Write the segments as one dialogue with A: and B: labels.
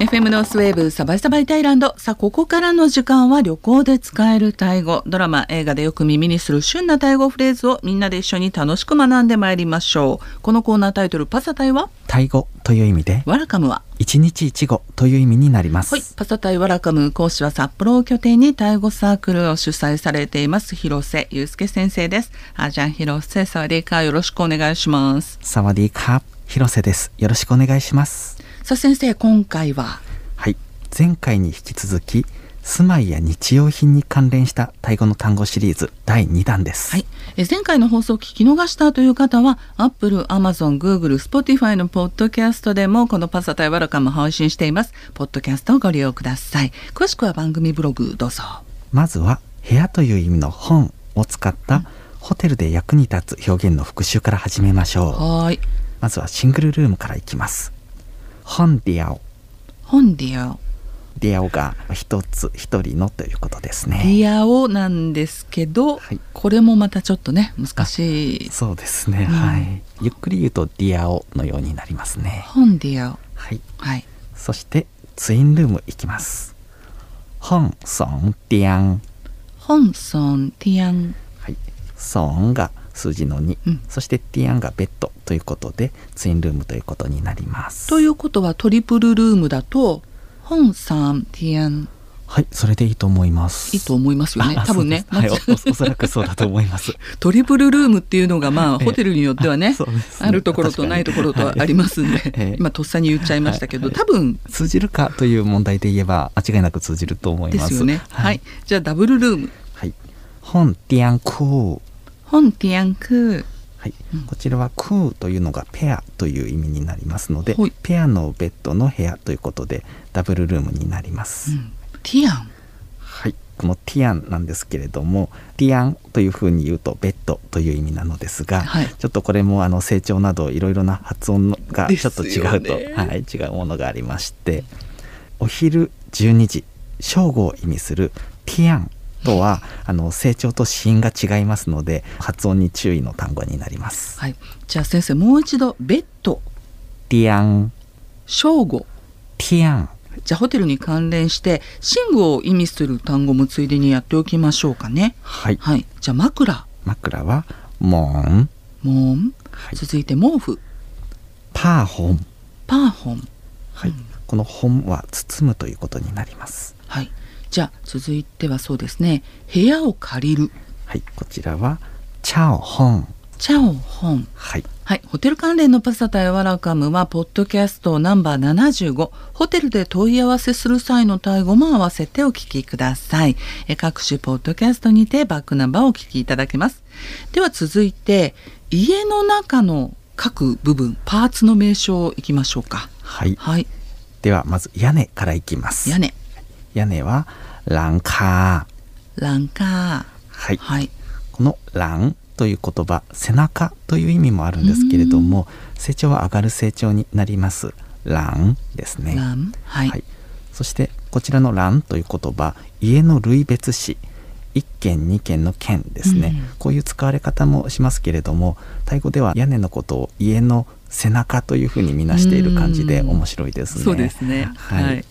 A: FM ノースウェーブサバイサバイタイランドさあここからの時間は旅行で使えるタイ語ドラマ映画でよく耳にする旬なタイ語フレーズをみんなで一緒に楽しく学んでまいりましょうこのコーナータイトルパサタイは
B: タイ語という意味で
A: ワラカムは
B: 一日一語という意味になります、
A: はい、パサタイワラカム講師は札幌を拠点にタイ語サークルを主催されています広瀬祐介先生ですあじゃん広瀬サワディーカーよろしくお願いします
B: サワディーカー広瀬ですよろしくお願いします
A: さあ先生今回は
B: はい前回に引き続き住まいや日用品に関連したタイ語の単語シリーズ第2弾です、
A: はい、え前回の放送を聞き逃したという方は Apple、Amazon、Google、Spotify のポッドキャストでもこの「パサタイワラカム」配信していますポッドキャストをご利用ください詳しくは番組ブログどうぞ
B: まずは部屋という意味の本を使ったホテルで役に立つ表現の復習から始めましょう
A: はーい
B: まずはシングルルームからいきます本ディアオ
A: 本ディアオ
B: ディアオが一つ一人のということで
A: デ
B: すね
A: ィアオなんですけど、
B: はい
A: これもまたちょっとね難しい
B: そうですね、
A: うん
B: はいゆっくり言うとディアオのようになりますね
A: 本ディアオ
B: はい
A: はい
B: そしてツインルームいきます本ソンディアン
A: 本ソンティアン
B: はいソンが数字の2、
A: うん
B: そしてディアンがベッドということでツインルームということになります
A: ということはトリプルルームだと本サンティアン
B: はい、それでいいと思います。
A: いいと思いますよね
B: あ
A: 多分ね
B: そうです
A: ま
B: は
A: ず
B: い、おおそらくそうだと思い ます。
A: トリプルルームっていうのがまあ
B: ええ
A: ホテルによってはね
B: そうですね
A: あるところとないところとはありますん
B: 確かには
A: で
B: い ええ
A: 今とっさに言っちゃいましたけど
B: はい
A: 多分
B: 通じるかという問題で言えば間違いなく通じると思い
A: で
B: ます。
A: すよねはい。じゃあダブルルーム
B: はい。本ディアンクー。
A: 本ティアンク
B: はい
A: うん、
B: こちらはクーというのがペアという意味になりますので
A: はい、
B: ペアのベッドの部屋ということでダブルルームになりま
A: う
B: す。
A: んティアン
B: はい。このティアンなんですけれども、ティアンというふうに言うとベッドという意味なのですが、
A: はい
B: ちょっとこれもあの成長などいろいろな発音のが
A: で
B: ち
A: す
B: ょ
A: よ
B: っと違うと、
A: ね
B: はい、違うものがありましてお昼12時正午を意味するティアンとはあの成長と子音が違いますので発音に注意の単語になります。
A: はいじゃあ先生もう一度ベッド
B: ティアン
A: 正午
B: ティアン
A: じゃあホテルに関連して寝具を意味する単語もついでにやっておきましょうかね
B: はい
A: はいじゃあ枕
B: 枕はモン
A: もん
B: はい
A: 続いて毛布
B: パーホン、
A: パーホン
B: はい、この本は包むということになります。
A: はいじゃあ続いてはそうですね部屋を借りる
B: はい、こちらはチャオホン。
A: チャオホン
B: はい、
A: はい、ホテル関連のパサタイワラカムはポッドキャストナンバー75ホテルで問い合わせする際のタイ語も合わせてお聞きくださいえ各種ポッドキャストにてバックナンバーをお聞きいただけますでは続いて家の中の各部分パーツの名称いきましょうか
B: はい、
A: はい
B: ではまず屋根からいきます。
A: 屋根
B: 屋根はランカー。
A: ランカ
B: は
A: ー
B: い、
A: はい
B: このランという言葉、背中という意味もあるんですけれども、成長は上がる成長になります。ランですね。
A: ランはい、
B: はい、そしてこちらの欄という言葉家の類別詞1軒2軒の軒ですね、
A: うん
B: こういう使われ方もしますけれどもタイ語では屋根のことを家の背中というふうにみなしている感じで
A: うん
B: 面白いですね。
A: そうですね
B: はい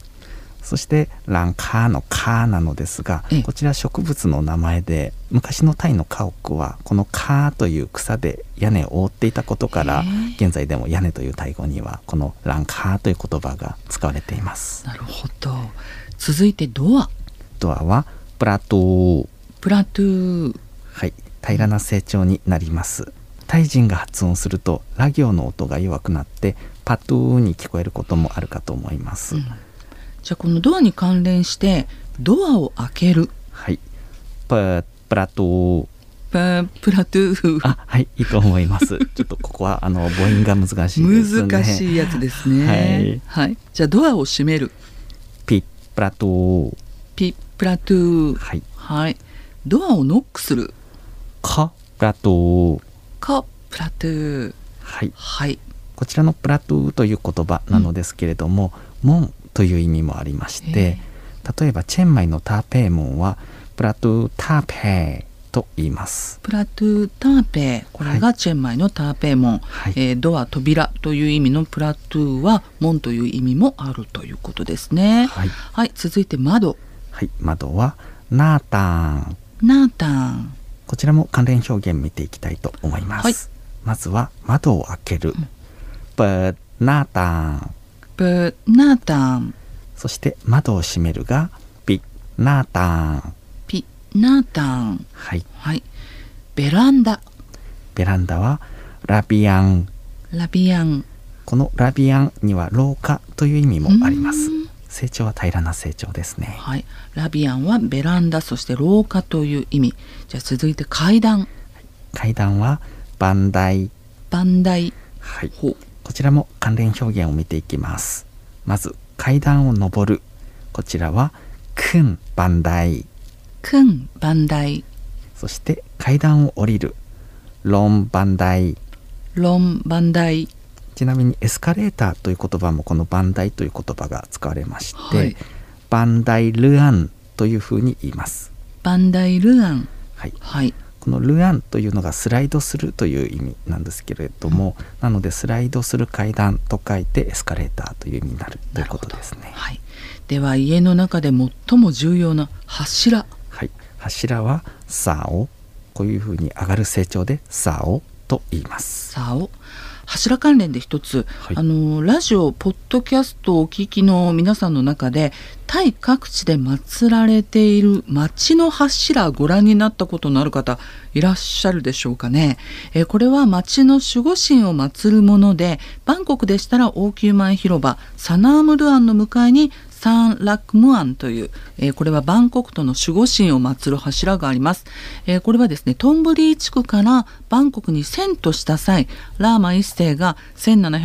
B: そしてランカーのカーなのですが
A: ええ
B: こちら植物の名前で昔のタイの家屋はこのカーという草で屋根を覆っていたことから
A: へえ
B: 現在でも屋根というタイ語にはこのランカーという言葉が使われています。
A: なるほど続いてドア
B: ドアはプラトー
A: プラトゥー
B: はい平らな成長になりますタイ人が発音するとラ行の音が弱くなってパトゥーに聞こえることもあるかと思います、
A: うんじゃあこのドアに関連してドアを開ける
B: はいププラトー
A: パプラトゥーフ
B: あはいいいと思います ちょっとここはあの母音が難しいですね
A: 難しいやつですね、はいじゃあドアを閉める
B: ピプラトー
A: ピプラトゥーはい、
B: はい
A: ドアをノックする
B: カプラトー
A: カプラトゥー
B: はい
A: はい
B: こちらのプラトゥーという言葉なのですけれども、門という意味もありまして、例えばチェンマイのターペー門はプラトゥーターペーと言います。
A: プラトゥーターペーこれがチェンマイのターペー門、
B: はい
A: えードア扉という意味のプラトゥーは門という意味もあるということですねは
B: はい、
A: い、続いて窓
B: はい、窓はナーターン。
A: ナータン
B: こちらも関連表現見ていきたいと思います。
A: はい
B: まずは窓を開ける。ブーナーターン。
A: ブナータン
B: そして窓を閉めるがビナーターン。
A: ピナータン
B: はい、
A: はいベランダ
B: ベランダはラビアン。
A: ラビアン
B: このラビアンには廊下という意味もあります
A: うん。
B: 成長は平らな成長ですね。
A: はいラビアンはベランダそして廊下という意味じゃあ続いて階段
B: 階段はバンダイ。
A: バンダイ
B: はい。
A: ホ
B: こちらも関連表現を見ていきます。まず階段を上る。こちらはクンバンダイ。
A: クンバンダイ
B: そして階段を降りる。ロンバンダイ。
A: ロンバンダイ
B: ちなみにエスカレーターという言葉もこのバンダイという言葉が使われまして、
A: はい
B: バンダイルアンというふうに言います。
A: バンダイルアン
B: はい。
A: はい
B: このルアンというのがスライドするという意味なんですけれども、なのでスライドする階段と書いてエスカレーターという意味になるということですね。
A: はいでは家の中で最も重要な柱
B: はい、柱はサオこういうふうに上がる成長でサオと言います。
A: 竿柱関連で一つ、
B: はい
A: あのラジオポッドキャストをお聞きの皆さんの中でタイ各地で祀られている町の柱ご覧になったことのある方いらっしゃるでしょうかね、えーこれは町の守護神を祀るものでバンコクでしたら王宮前広場サナームルアンの向かいにサン・ラックムアンという、えーこれはバンコクとの守護神を祀る柱があります、えーこれはですねトンブリー地区からバンコクに遷都した際ラーマ一世が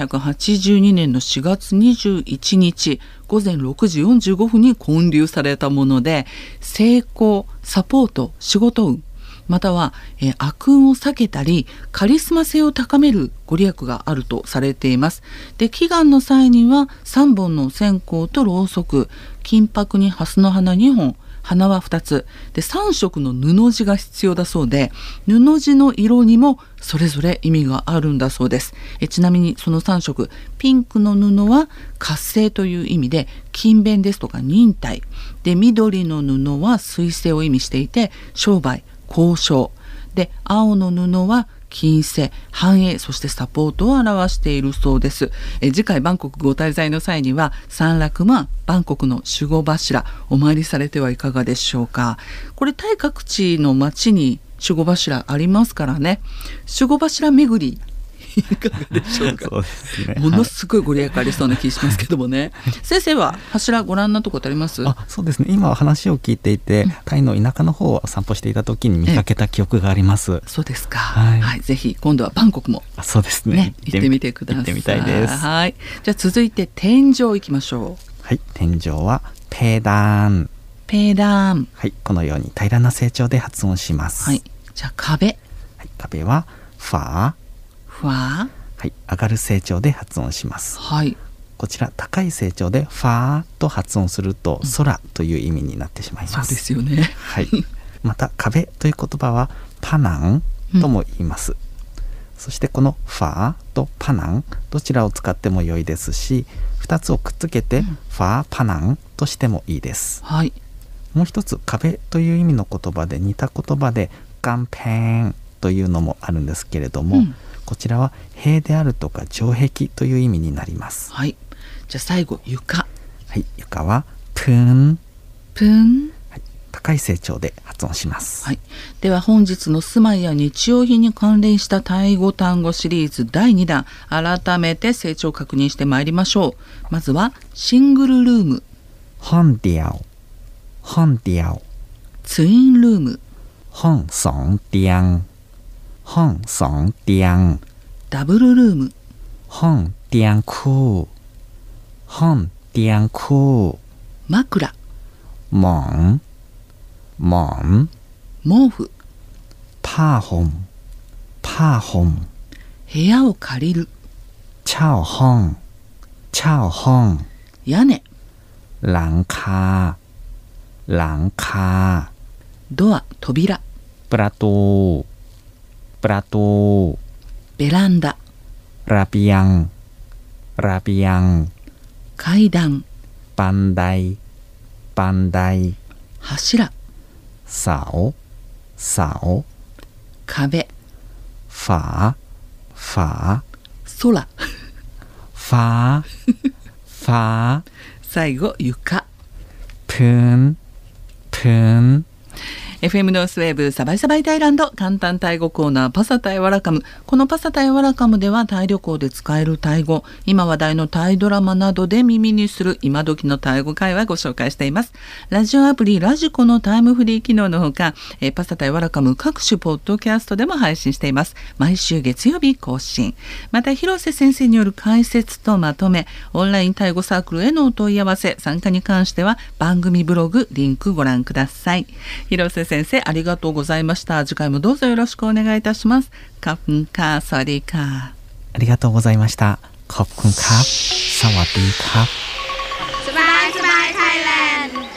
A: 1782年の4月21日午前6時45分に建立されたもので成功サポート仕事運または、えー悪運を避けたりカリスマ性を高めるご利益があるとされていますで祈願の際には3本の線香とろうそく金箔に蓮の花2本花は2つで3色の布地が必要だそうで布地の色にもそれぞれ意味があるんだそうですえちなみにその3色ピンクの布は活性という意味で勤勉ですとか忍耐で緑の布は水性を意味していて商売交渉で青の布は金星繁栄そしてサポートを表しているそうですえ次回バンコクご滞在の際には三楽マンバンコクの守護柱お参りされてはいかがでしょうかこれタイ各地の町に守護柱ありますからね守護柱巡りいかがでしょうか
B: そうですね。
A: ものすごいご利益ありそうな気しますけどもね先生は柱ご覧になったことあります
B: あそうですね今話を聞いていて、タイの田舎の方を散歩していた時に見かけた記憶があります、
A: そうですか、は
B: はいい
A: ぜひ今度はバンコクも
B: あそうですね
A: ね行ってみてください
B: 行ってみたいですは
A: はいじゃあ続いて天井行きましょう
B: い天井はペダン
A: ペーダーン
B: はいこのように平らな成長で発音します、
A: はいじゃあ壁
B: はい壁はファー
A: ふわ
B: はい上がる成長で発音します
A: はい
B: こちら高い成長でファーと発音すると空という意味になってしまい
A: そう
B: ま。
A: ですすよね
B: はい。また壁という言葉はパナンとも言います。そしてこのファーとパナンどちらを使っても良いですし、2つをくっつけてファーパナンとしてもいいです。
A: はい
B: もう一つ壁という意味の言葉で似た言葉でガンペーンというのもあるんですけれども、
A: うん
B: こちらは塀であるとか城壁という意味になります。
A: はいじゃあ最後床
B: はい、床はプーン、
A: プン
B: はい、高い成長で発音します。
A: はい、では本日の住まいや日用品に関連したタイ語単語シリーズ第2弾改めて成長を確認してまいりましょうまずはシングルルーム
B: 本ディアオ、本ディアオ、
A: ツインルーム
B: 本ソンディアン、本ソンディアン、
A: ダブルルーム
B: 本ディアンクー、本ディアンクー、
A: 枕
B: モン、モン、
A: 毛布
B: パーホン、パーホン、
A: 部屋を借りる
B: チャオホン、チャオホン、
A: 屋根
B: ランカー、ランカー、
A: ドア扉
B: ประตูประตู
A: ベランダ
B: ระเบียงระเบียง
A: 階段
B: บันไดบันได
A: 柱
B: เสาเสา
A: 壁
B: ฝาฝา
A: 空
B: ฟ้า ฟ้า
A: 最後床
B: พื้นพื้น
A: FM ノースウェーブサバイサバイタイランド簡単タイ語コーナーパサタイワラカムこのパサタイワラカムではタイ旅行で使えるタイ語今話題のタイドラマなどで耳にする今時のタイ語会話ご紹介していますラジオアプリラジコのタイムフリー機能のほかえーパサタイワラカム各種ポッドキャストでも配信しています毎週月曜日更新また広瀬先生による解説とまとめオンラインタイ語サークルへのお問い合わせ参加に関しては番組ブログリンクご覧ください広瀬先生ありがとうございました次回もどうぞよろしくお願いいたしますカフンカーサリーカー
B: ありがとうございましたขอบคุณครับ สวัสดีครับ
C: สบายสบายไทยแลนด์